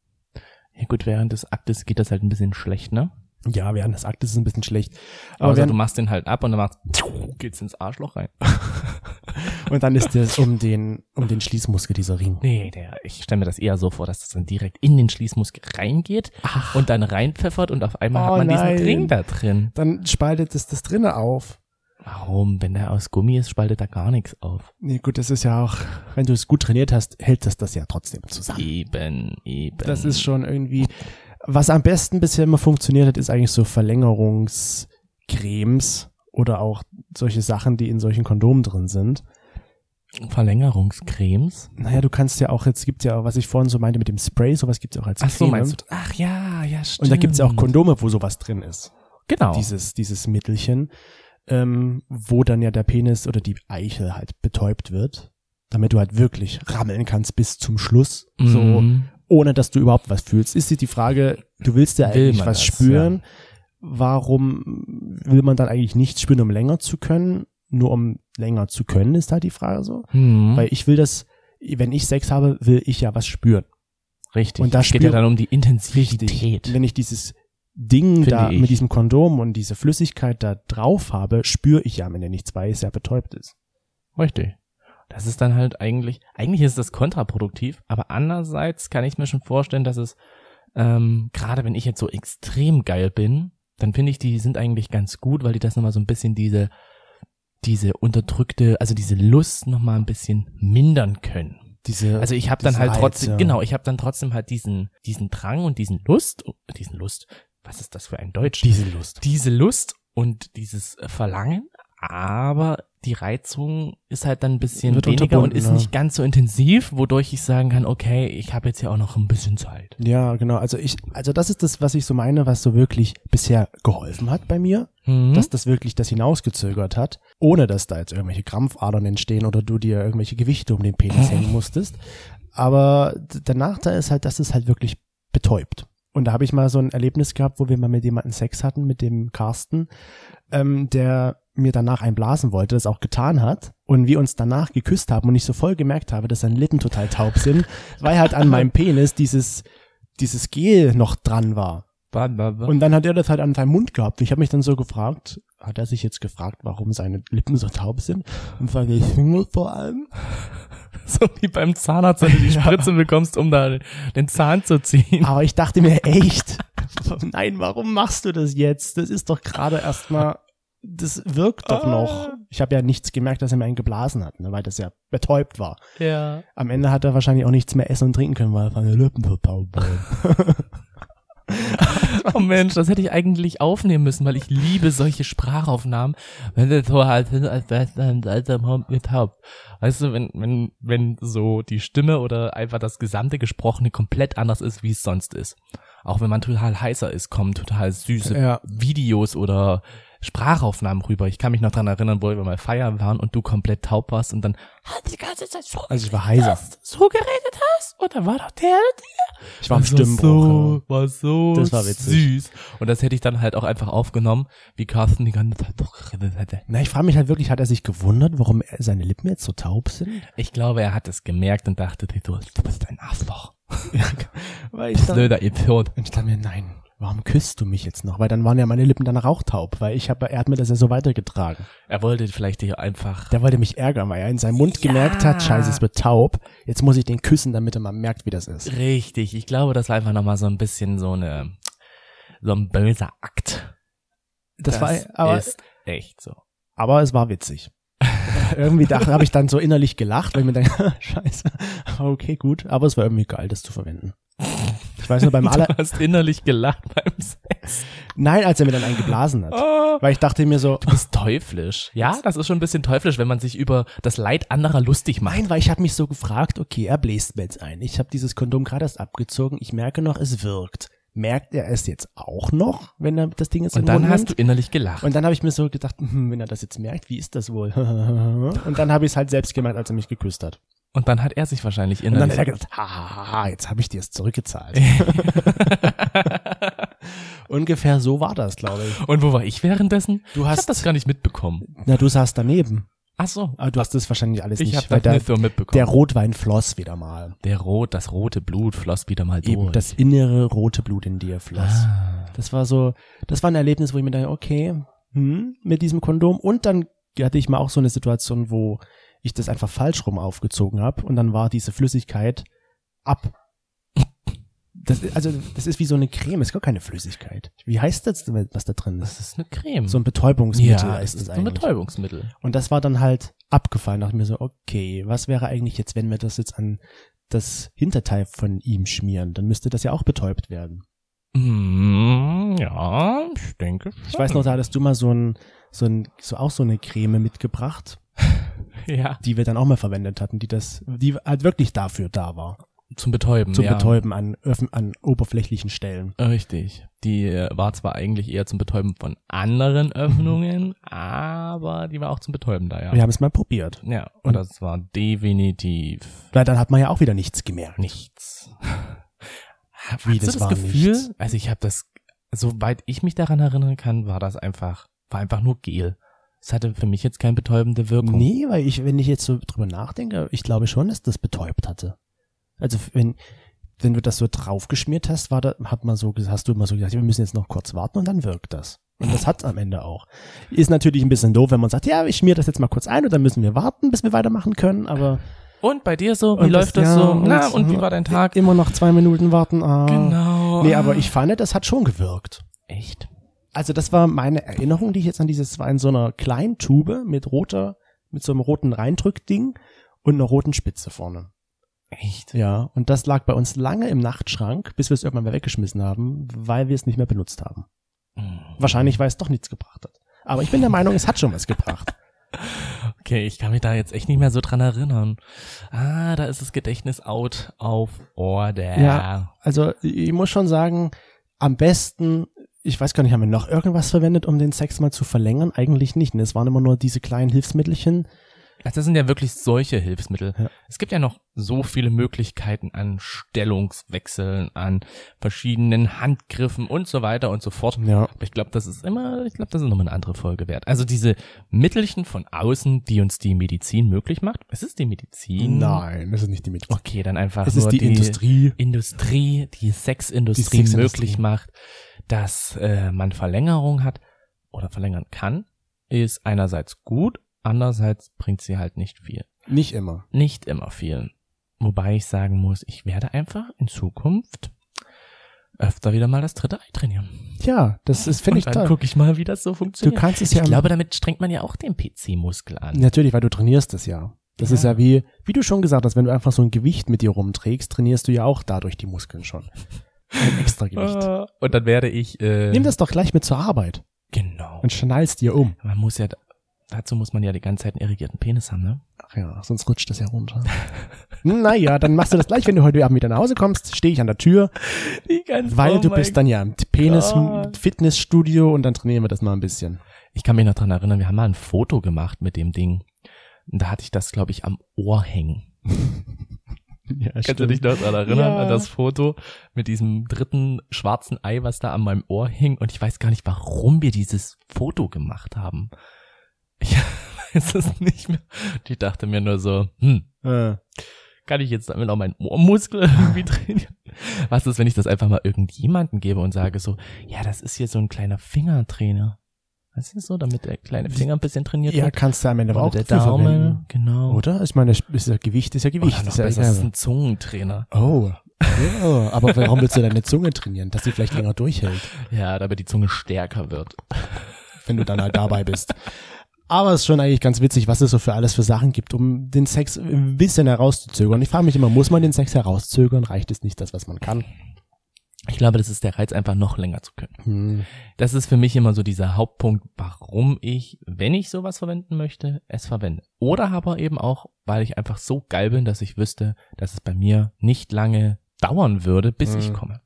Ja gut, während des Aktes geht das halt ein bisschen schlecht, ne?
Ja, während des Aktes ist es ein bisschen schlecht. Aber
Aber also,
während,
du machst den halt ab und dann machst, geht's ins Arschloch rein.
und dann ist es um den, um den Schließmuskel dieser Ring.
Nee, der, ich stelle mir das eher so vor, dass das dann direkt in den Schließmuskel reingeht und dann reinpfeffert und auf einmal
Oh
hat man
nein.
diesen Ring da drin.
Dann spaltet es das drinne auf.
Warum? Wenn der aus Gummi ist, spaltet da gar nichts auf.
Nee, gut, das ist ja auch, wenn du es gut trainiert hast, hält das das ja trotzdem zusammen.
Eben, eben.
Das ist schon irgendwie, was am besten bisher immer funktioniert hat, ist eigentlich so Verlängerungscremes oder auch solche Sachen, die in solchen Kondomen drin sind.
Verlängerungscremes.
Naja, du kannst ja auch, jetzt gibt's ja auch, was ich vorhin so meinte mit dem Spray, sowas gibt's auch als
Ach so,
Creme.
meinst du? Ach ja, ja, stimmt.
Und da gibt's ja auch Kondome, wo sowas drin ist.
Genau.
Dieses, dieses Mittelchen. ähm, wo dann ja der Penis oder die Eichel halt betäubt wird, damit du halt wirklich rammeln kannst bis zum Schluss, so
Mhm.
ohne dass du überhaupt was fühlst. Ist die Frage, du willst ja
Will
eigentlich
man
was
das,
spüren, warum will man dann eigentlich nichts spüren, um länger zu können? Nur um länger zu können, ist halt die Frage so.
Mhm.
Weil ich will das, wenn ich Sex habe, will ich ja was spüren.
Richtig.
Und da
es geht ja
spielt-
dann um die
Richtig.
Intensität.
Wenn ich dieses Ding
Finde
da
ich.
mit diesem Kondom und diese Flüssigkeit da drauf habe, spüre ich ja am Ende nichts, weil es ja betäubt ist.
Richtig. Das ist dann halt eigentlich, eigentlich ist das kontraproduktiv, aber andererseits kann ich mir schon vorstellen, dass es, ähm, gerade wenn ich jetzt so extrem geil bin, dann finde ich, die sind eigentlich ganz gut, weil die das nochmal so ein bisschen diese, diese unterdrückte, also diese Lust nochmal ein bisschen mindern können.
Diese,
Also ich habe dann
Diese
halt
Reize.
trotzdem, genau, ich habe dann trotzdem halt diesen, diesen Drang und diesen Lust, diesen Lust, was ist das für ein Deutsch?
diese Lust.
diese Lust und dieses äh, Verlangen, aber die Reizung ist halt dann ein bisschen
Wird
weniger
unterbunden,
und
ne?
ist
ja.
nicht ganz so intensiv, wodurch ich sagen kann, okay, ich habe jetzt ja auch noch ein bisschen Zeit.
Ja, genau. Also ich, also das ist das, was ich so meine, was so wirklich bisher geholfen hat bei mir,
Mhm.
dass das wirklich das hinausgezögert hat, ohne dass da jetzt irgendwelche Krampfadern entstehen oder du dir irgendwelche Gewichte um den Penis hängen musstest. Aber d- der Nachteil ist halt, dass es halt wirklich betäubt. Und da habe ich mal so ein Erlebnis gehabt, wo wir mal mit jemandem Sex hatten, mit dem Carsten, ähm, der mir danach einblasen wollte, das auch getan hat und wir uns danach geküsst haben und ich so voll gemerkt habe, dass seine Lippen total taub sind, weil halt an meinem Penis dieses, dieses Gel noch dran war.
ba, ba, ba.
Und dann hat er das halt an seinem Mund gehabt. Ich habe mich dann so gefragt, hat er sich jetzt gefragt, warum seine Lippen so taub sind? Und weil die Finger vor allem.
so wie beim Zahnarzt, wenn du die Spritze bekommst, um da den Zahn zu ziehen.
Aber ich dachte mir echt, nein, warum machst du das jetzt? Das ist doch gerade erstmal, das wirkt doch noch. Ich habe ja nichts gemerkt, dass er mir einen geblasen hat, ne, weil das ja betäubt war.
Ja.
Am Ende hat er wahrscheinlich auch nichts mehr essen und trinken können, weil seine Lippen so taub waren.
Oh Mensch, das hätte ich eigentlich aufnehmen müssen, weil ich liebe solche Sprachaufnahmen. Wenn das so halt hin, als wär's dann seltsam und getaubt. Weißt du, wenn, wenn, wenn so die Stimme oder einfach das gesamte Gesprochene komplett anders ist, wie es sonst ist. Auch wenn man total heißer ist, kommen total süße
Ja.
Videos oder Sprachaufnahmen rüber. Ich kann mich noch dran erinnern, wo wir mal feiern waren und du komplett taub warst und dann halt die ganze Zeit so,
Also ich war heiser.
so geredet hast und dann war doch der
Ich war am
das war
Stimmbruch.
So, war so
Das war witzig.
süß. Und das hätte ich dann halt auch einfach aufgenommen, wie Carsten die ganze Zeit doch geredet hätte.
Na, ich frage mich halt wirklich, hat er sich gewundert, warum er- seine Lippen jetzt so taub sind?
Ich glaube, er hat es gemerkt und dachte, sich so, du bist ein Arschloch.
Weil ich dann,
Blöder Idiot.
Und ich dachte mir, nein, warum küsst du mich jetzt noch? Weil dann waren ja meine Lippen dann rauchtaub, weil ich habe, er hat mir das ja so weitergetragen.
Er wollte vielleicht dich einfach.
Der wollte mich ärgern, weil er in seinem Mund gemerkt hat, scheiße, es wird taub. Jetzt muss ich den küssen, damit er mal merkt, wie das ist.
Richtig. Ich glaube, das war einfach nochmal so ein bisschen so eine, so ein böser Akt.
Das, war, aber,
ist echt so.
aber es war witzig. irgendwie dachte, habe ich dann so innerlich gelacht, weil ich mir denke, scheiße, okay, gut, aber es war irgendwie geil, das zu verwenden. Ich weiß nur beim aller,
Du hast innerlich gelacht beim Sex.
nein, als er mir dann einen geblasen hat,
Oh.
weil ich dachte mir so,
Du bist teuflisch. Ja, das ist schon ein bisschen teuflisch, wenn man sich über das Leid anderer lustig macht.
Nein, weil ich habe mich so gefragt, okay, er bläst mir jetzt ein. Ich habe dieses Kondom gerade erst abgezogen. Ich merke noch, es wirkt. Merkt er es jetzt auch noch, wenn er das Ding jetzt
Und
im
dann
Mund
hast du
nimmt?
innerlich gelacht.
Und dann habe ich mir so gedacht, hm, wenn er das jetzt merkt, wie ist das wohl? Und dann habe ich es halt selbst gemerkt, als er mich geküsst hat.
Und dann hat er sich wahrscheinlich
Und dann
innerlich.
hat er gedacht, ha, ha, ha, ha, jetzt habe ich dir es zurückgezahlt. Ungefähr so war das, glaube ich.
und wo war ich währenddessen?
Du
Ich hab
hast,
das gar nicht mitbekommen.
na, du saßt daneben.
Ach so.
Aber du hast das wahrscheinlich alles
Ich
nicht,
habe
weil
das
der,
nicht so mitbekommen.
der Rotwein floss wieder mal.
Der rot, das rote Blut floss wieder mal
eben
durch.
das innere rote Blut in dir floss.
ah,
Das war so, das war ein Erlebnis, wo ich mir dachte, okay, hm, mit diesem Kondom. Und dann hatte ich mal auch so eine Situation, wo ich das einfach falsch rum aufgezogen habe und dann war diese Flüssigkeit ab. Das, also das ist wie so eine Creme, ist gar keine Flüssigkeit. Wie heißt das, denn, was da drin ist?
das ist eine Creme.
So ein Betäubungsmittel
ja,
ist
das
das
ist ein
eigentlich.
Betäubungsmittel.
Und das war dann halt abgefallen. Da dachte ich mir so, okay, was wäre eigentlich jetzt, wenn wir das jetzt an das Hinterteil von ihm schmieren? Dann müsste das ja auch betäubt werden.
Mm, ja, ich denke.
Ich weiß noch, da hattest du mal so ein, so ein, so auch so eine Creme mitgebracht,
Ja.
die wir dann auch mal verwendet hatten, die das, die halt wirklich dafür da war.
Zum Betäuben,
zum
ja.
Betäuben an, öffn- an oberflächlichen Stellen.
Richtig. Die äh, war zwar eigentlich eher zum Betäuben von anderen Öffnungen, aber die war auch zum Betäuben da, ja.
Wir haben es mal probiert.
Ja, und das war definitiv
Weil dann hat man ja auch wieder nichts gemerkt.
nichts. Hast
Wie,
du
das
das
war
Gefühl?
nichts?
Also ich habe das, soweit ich mich daran erinnern kann, war das einfach, war einfach nur Gel. Es hatte für mich jetzt keine betäubende Wirkung.
Nee, weil ich, wenn ich jetzt so drüber nachdenke, ich glaube schon, dass das betäubt hatte. Also wenn, wenn du das so draufgeschmiert hast, war da, hat man so, ges- hast du immer so gesagt, wir müssen jetzt noch kurz warten und dann wirkt das. Und das hat's am Ende auch. Ist natürlich ein bisschen doof, wenn man sagt, ja, ich schmier das jetzt mal kurz ein und dann müssen wir warten, bis wir weitermachen können, aber
Und bei dir so, wie
Und das-
läuft das,
ja,
so?
und
Na,
das-
und wie war dein Tag?
immer noch zwei Minuten warten. Ah.
Genau.
Nee, aber ich fand, das hat schon gewirkt.
Echt?
Also das war meine Erinnerung, die ich jetzt an dieses war in so einer kleinen Tube mit roter, mit so einem roten Reindrückding und einer roten Spitze vorne.
Echt?
Ja, und das lag bei uns lange im Nachtschrank, bis wir es irgendwann mal weggeschmissen haben, weil wir es nicht mehr benutzt haben.
Hm.
Wahrscheinlich, weil es doch nichts gebracht hat. Aber ich bin der Meinung, es hat schon was gebracht.
Okay, ich kann mich da jetzt echt nicht mehr so dran erinnern. Ah, da ist das Gedächtnis out auf Order.
Ja. Also ich muss schon sagen, am besten, ich weiß gar nicht, haben wir noch irgendwas verwendet, um den Sex mal zu verlängern? Eigentlich nicht. Ne? Es waren immer nur diese kleinen Hilfsmittelchen.
Also das sind ja wirklich solche Hilfsmittel.
Ja.
Es gibt ja noch so viele Möglichkeiten an Stellungswechseln, an verschiedenen Handgriffen und so weiter und so fort.
Ja.
Aber ich glaube, das ist immer, ich glaube, das ist nochmal eine andere Folge wert. Also diese Mittelchen von außen, die uns die Medizin möglich macht. Es ist die Medizin.
Nein, das ist nicht die Medizin.
Okay, dann einfach
Hm. Es
nur
ist die, Industrie.
Industrie, die Sexindustrie
Die Sexindustrie.
möglich macht, dass äh, man Verlängerung hat oder verlängern kann, ist einerseits gut, andererseits bringt sie halt nicht viel.
Nicht immer.
Nicht immer viel. Wobei ich sagen muss, ich werde einfach in Zukunft öfter wieder mal das dritte Ei trainieren.
Tja, das ist finde
Und
ich
dann
toll.
gucke ich mal, wie das so
Du
funktioniert.
kannst es ja
Ich glaube, damit strengt man ja auch den PC-Muskel an.
Natürlich, weil du trainierst es ja. Das
Ja.
ist ja wie, wie du schon gesagt hast, wenn du einfach so ein Gewicht mit dir rumträgst, trainierst du ja auch dadurch die Muskeln schon. Ein extra Gewicht.
Äh, Und dann werde ich. Äh,
Nimm das doch gleich mit zur Arbeit
Genau.
und schnallst dir um.
Man muss ja. Dazu muss man ja die ganze Zeit einen irrigierten Penis haben, ne?
Ach ja, sonst rutscht das ja runter. naja, dann machst du das gleich, wenn du heute Abend wieder nach Hause kommst, stehe ich an der Tür,
Die ganze
weil du bist dann ja im
Oh Gott.
Penis-Fitnessstudio und dann trainieren wir das mal ein bisschen.
Ich kann mich noch dran erinnern, wir haben mal ein Foto gemacht mit dem Ding. Und da hatte ich das, glaube ich, am Ohr hängen.
Ja,
Kannst du dich noch dran erinnern
Ja.
an das Foto mit diesem dritten schwarzen Ei, was da an meinem Ohr hing? Und ich weiß gar nicht, warum wir dieses Foto gemacht haben. Ich weiß es nicht mehr. Und ich dachte mir nur so, hm,
Äh,
kann ich jetzt damit auch meinen Ohrmuskel irgendwie trainieren? Was ist, wenn ich das einfach mal irgendjemanden gebe und sage so, ja, das ist hier so ein kleiner Fingertrainer. Weißt du so, damit der kleine Finger ein bisschen trainiert
ja,
wird?
kannst du am Ende aber
Oder
auch
der
dafür
Daumen,
verwenden.
genau.
Oder? Ich meine, ist ja Gewicht ist ja
Oder
Gewicht.
noch
ist ja
besser, es ist
egal.
ein Zungentrainer.
Oh. Ja, aber warum willst du deine Zunge trainieren, dass sie vielleicht länger durchhält,
Ja, damit die Zunge stärker wird.
wenn du dann halt dabei bist? Aber es ist schon eigentlich ganz witzig, was es so für alles für Sachen gibt, um den Sex ein bisschen herauszuzögern. Ich frage mich immer, muss man den Sex herauszögern? Reicht es nicht das, was man kann?
Ich glaube, das ist der Reiz, einfach noch länger zu können.
Hm.
Das ist für mich immer so dieser Hauptpunkt, warum ich, wenn ich sowas verwenden möchte, es verwende. Oder aber eben auch, weil ich einfach so geil bin, dass ich wüsste, dass es bei mir nicht lange dauern würde, bis ich
Mhm.
komme.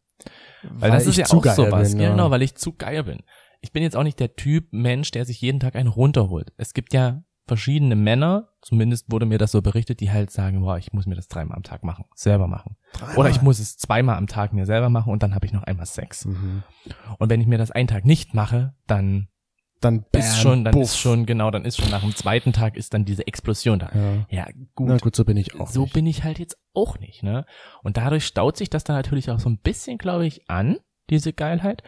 Weil, das
ich
ist ja
zu
auch
geil
sowas.
bin, ne? ja.
genau, weil ich zu geil bin. Ich bin jetzt auch nicht der Typ Mensch, der sich jeden Tag einen runterholt. Es gibt ja verschiedene Männer, zumindest wurde mir das so berichtet, die halt sagen, boah, ich muss mir das dreimal am Tag machen, selber machen. Oder
Ah.
ich muss es zweimal am Tag mir selber machen und dann habe ich noch einmal Sex.
Mhm.
Und wenn ich mir das einen Tag nicht mache, dann
Dann bam,
ist schon, dann
puff.
ist schon, genau, dann ist schon nach dem zweiten Tag ist dann diese Explosion da.
Ja.
Ja,
Na
gut.
gut, so bin ich auch.
So
nicht.
bin ich halt jetzt auch nicht, ne? Und dadurch staut sich das dann natürlich auch so ein bisschen, glaube ich, an, diese Geilheit,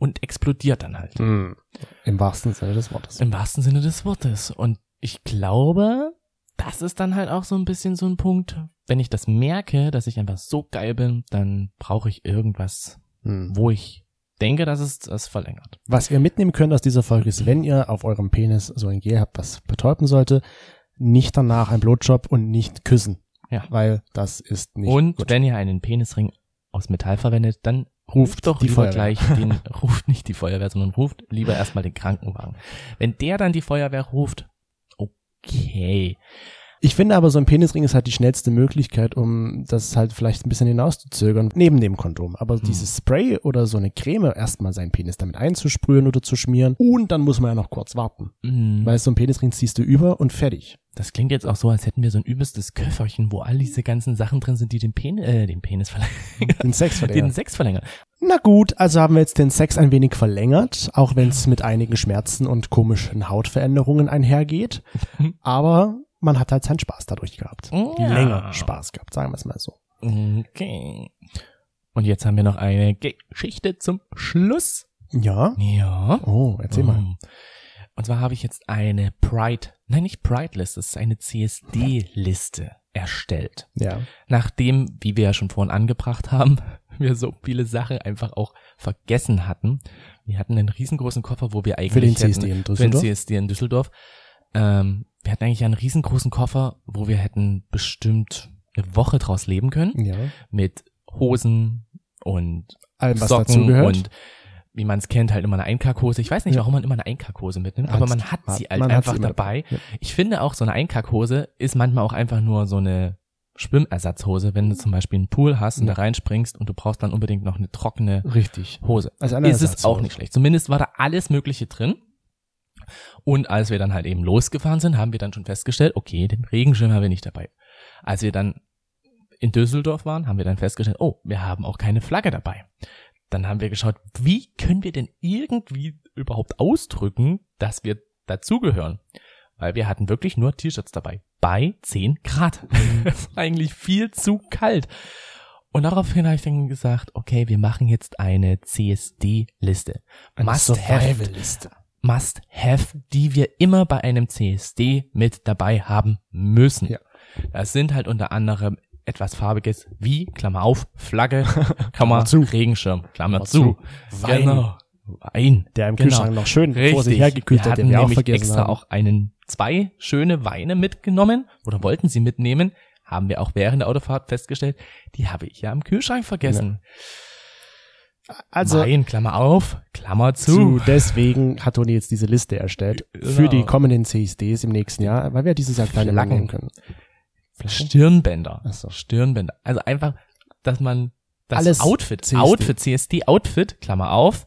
und explodiert dann halt.
Hm. Im wahrsten Sinne des Wortes.
Im wahrsten Sinne des Wortes. Und ich glaube, das ist dann halt auch so ein bisschen so ein Punkt. Wenn ich das merke, dass ich einfach so geil bin, dann brauche ich irgendwas,
Hm.
wo ich denke, dass es das verlängert.
Was ihr mitnehmen könnt aus dieser Folge ist, wenn ihr auf eurem Penis so ein Gel habt, was betäuben sollte, nicht danach ein Blowjob und nicht küssen.
Ja.
Weil das ist nicht
Und
gut.
wenn ihr einen Penisring aus Metall verwendet, dann ruft doch
die
lieber
Feuerwehr.
gleich den, ruft nicht die Feuerwehr, sondern ruft lieber erstmal den Krankenwagen. Wenn der dann die Feuerwehr ruft, okay.
Ich finde aber, so ein Penisring ist halt die schnellste Möglichkeit, um das halt vielleicht ein bisschen hinauszuzögern, neben dem Kondom. Aber
Hm.
dieses Spray oder so eine Creme, erstmal seinen Penis damit einzusprühen oder zu schmieren und dann muss man ja noch kurz warten. Weil so ein Penisring ziehst du über und fertig.
Hm, Das klingt jetzt auch so, als hätten wir so ein übelstes Köfferchen, wo all diese ganzen Sachen drin sind, die den Penis, äh, den Penis verlängern,
Den Sex
den
verlängern.
Sex verlängern.
Na gut, also haben wir jetzt den Sex ein wenig verlängert, auch wenn es mit einigen Schmerzen und komischen Hautveränderungen einhergeht. Aber man hat halt seinen Spaß dadurch gehabt.
Ja.
Länger Spaß gehabt, sagen wir es mal so.
Okay. Und jetzt haben wir noch eine Geschichte zum Schluss.
Ja.
Ja.
Oh, erzähl mal.
Ähm, Und zwar habe ich jetzt eine Pride, nein nicht Pride-Liste, es ist eine CSD-Liste erstellt.
Ja.
Nachdem, wie wir ja schon vorhin angebracht haben, wir so viele Sachen einfach auch vergessen hatten. Wir hatten einen riesengroßen Koffer, wo wir eigentlich
Für den
hätten,
CSD in
für den
Düsseldorf.
CSD in Düsseldorf. Ähm, wir hatten eigentlich einen riesengroßen Koffer, wo wir hätten bestimmt eine Woche draus leben können
Ja.
mit Hosen und
Allem, was
Socken
dazugehört.
und wie man es kennt, halt immer eine Einkackhose. Ich weiß nicht, warum man immer eine Einkackhose mitnimmt, aber man hat sie halt
Man hat sie
einfach
immer
dabei.
Ja.
Ich finde auch, so eine Einkackhose ist manchmal auch einfach nur so eine Schwimmersatzhose, wenn du zum Beispiel einen Pool hast und
Ja.
da reinspringst und du brauchst dann unbedingt noch eine trockene
Richtig.
Hose.
Also eine
ist es
Ersatzhose.
auch nicht schlecht. Zumindest war da alles Mögliche drin. Und als wir dann halt eben losgefahren sind, haben wir dann schon festgestellt, okay, den Regenschirm haben wir nicht dabei. Als wir dann in Düsseldorf waren, haben wir dann festgestellt, oh, wir haben auch keine Flagge dabei. Dann haben wir geschaut, wie können wir denn irgendwie überhaupt ausdrücken, dass wir dazugehören? Weil wir hatten wirklich nur T-Shirts dabei. Bei 10 Grad. Es war eigentlich viel zu kalt. Und daraufhin habe ich dann gesagt, okay, wir machen jetzt eine CSD-Liste. Must-have.
Survival-Liste.
Must-have, die wir immer bei einem CSD mit dabei haben müssen.
Ja.
Das sind halt unter anderem etwas farbiges wie, Klammer auf, Flagge, Klammer
zu.
Regenschirm, Klammer
Klammer
zu.
zu. Wein.
Genau. Wein.
Der im
Genau.
Kühlschrank noch schön vor sich
Richtig.
hergekühlt
wir
hat,
hatten
den wir auch
nämlich
vergessen
extra
haben.
auch einen zwei schöne Weine mitgenommen oder wollten sie mitnehmen, haben wir auch während der Autofahrt festgestellt, die habe ich ja im Kühlschrank vergessen.
also
Wein, Klammer auf, Klammer
zu.
zu.
deswegen hat Toni jetzt diese Liste erstellt für
Genau.
die kommenden CSDs im nächsten Jahr, weil wir dieses Jahr keine
Flaggen.
machen können.
Stirnbänder.
Ach so.
Stirnbänder. Also einfach, dass man das
Alles
Outfit,
CSD.
Outfit, CSD, Outfit, Klammer auf,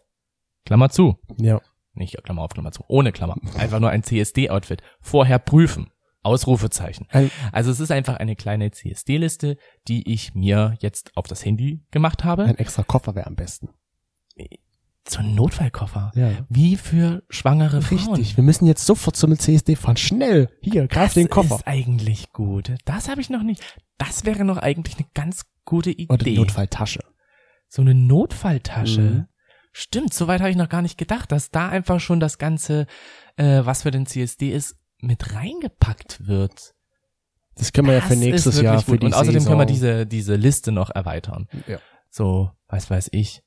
Klammer zu.
Ja.
Nicht Klammer auf, Klammer zu. Ohne Klammer. Einfach nur ein CSD-Outfit. Vorher prüfen. Ausrufezeichen.
Ein-
Also es ist einfach eine kleine CSD-Liste, die ich mir jetzt auf das Handy gemacht habe.
Ein extra Koffer wäre am besten.
So ein Notfallkoffer.
Ja.
Wie für schwangere Frauen.
Richtig. Wir müssen jetzt sofort zum CSD fahren. Schnell. Hier, greif
Das
den Koffer.
ist eigentlich gut. Das habe ich noch nicht. Das wäre noch eigentlich eine ganz gute Idee.
Oder die Notfalltasche.
So eine Notfalltasche.
Mhm.
Stimmt, soweit habe ich noch gar nicht gedacht, dass da einfach schon das Ganze, äh, was für den CSD ist, mit reingepackt wird.
Das können wir ja
Das
für
ist
nächstes
wirklich
Jahr für
gut.
die
Und außerdem
Saison.
können wir diese, diese Liste noch erweitern.
Ja.
So, was weiß ich.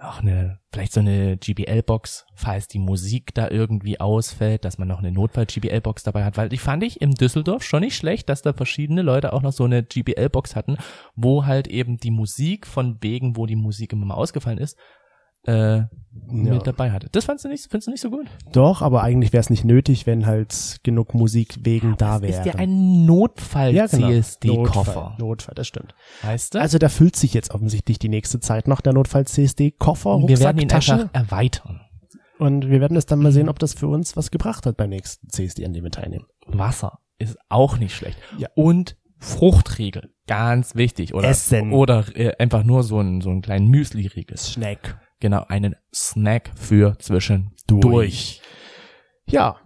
Auch eine, vielleicht so eine GBL-Box, falls die Musik da irgendwie ausfällt, dass man noch eine Notfall-GBL-Box dabei hat, weil die fand ich im Düsseldorf schon nicht schlecht, dass da verschiedene Leute auch noch so eine GBL-Box hatten, wo halt eben die Musik von wegen, wo die Musik immer mal ausgefallen ist, äh, mit dabei hatte. Das fandst du nicht, findest du nicht so gut?
Doch, aber eigentlich wäre es nicht nötig, wenn halt genug Musikwegen da wäre. genau.
Ist ja ein Notfall-CSD-Koffer.
Notfall, genau. Notfall, das stimmt.
Weißt du?
Also da füllt sich jetzt offensichtlich die nächste Zeit noch der Notfall-CSD-Koffer,
wir werden
Rucksack,
ihn
Tasche.
einfach erweitern.
Und wir werden es dann mal
Mhm.
sehen, ob das für uns was gebracht hat beim nächsten CSD, an dem wir teilnehmen.
Wasser ist auch nicht schlecht.
Ja.
Und Fruchtriegel, ganz wichtig. Oder,
Essen.
Oder äh, einfach nur so einen, so einen kleinen Müsli-Riegel.
Snack.
Genau, einen Snack für
Durch.
zwischendurch.
Ja.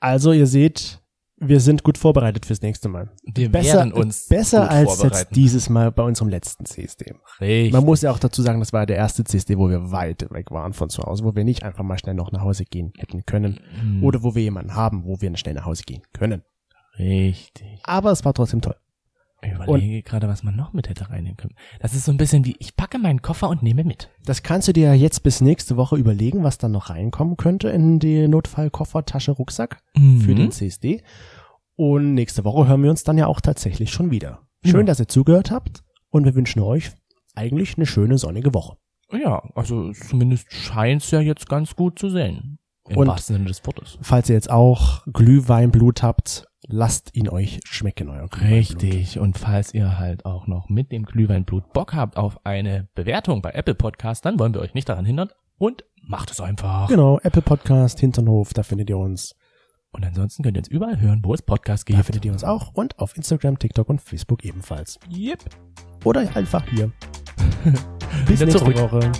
Also ihr seht, wir sind gut vorbereitet fürs nächste Mal.
Wir
Besser,
werden uns
besser
gut
als jetzt
vorbereiten.
dieses Mal bei unserem letzten CSD.
Richtig.
Man muss ja auch dazu sagen, das war der erste CSD, wo wir weit weg waren von zu Hause, wo wir nicht einfach mal schnell noch nach Hause gehen hätten können.
Mhm.
Oder wo wir jemanden haben, wo wir schnell nach Hause gehen können.
Richtig.
Aber es war trotzdem toll.
Ich überlege gerade, was man noch mit hätte reinnehmen können. Das ist so ein bisschen wie, ich packe meinen Koffer und nehme mit.
Das kannst du dir ja jetzt bis nächste Woche überlegen, was dann noch reinkommen könnte in die Notfallkoffer, Tasche, Rucksack für
Mhm.
den CSD. Und nächste Woche hören wir uns dann ja auch tatsächlich schon wieder. Schön,
Ja.
dass ihr zugehört habt und wir wünschen euch eigentlich eine schöne sonnige Woche.
Ja, also zumindest scheint's ja jetzt ganz gut zu sehen. Im
Und-
wahrsten Sinne des Wortes.
Falls ihr jetzt auch Glühweinblut habt, lasst ihn euch schmecken, euer Glühweinblut.
Richtig. Und falls ihr halt auch noch mit dem Glühweinblut Bock habt auf eine Bewertung bei Apple Podcast, dann wollen wir euch nicht daran hindern und macht es einfach.
Genau, Apple Podcast, Hinternhof, da findet ihr uns.
Und ansonsten könnt ihr uns überall hören, wo es Podcasts
Da
gibt.
findet ihr uns auch und auf Instagram, TikTok und Facebook ebenfalls.
Yep.
Oder einfach hier. Bis
Wieder
nächste
zurück.
Woche.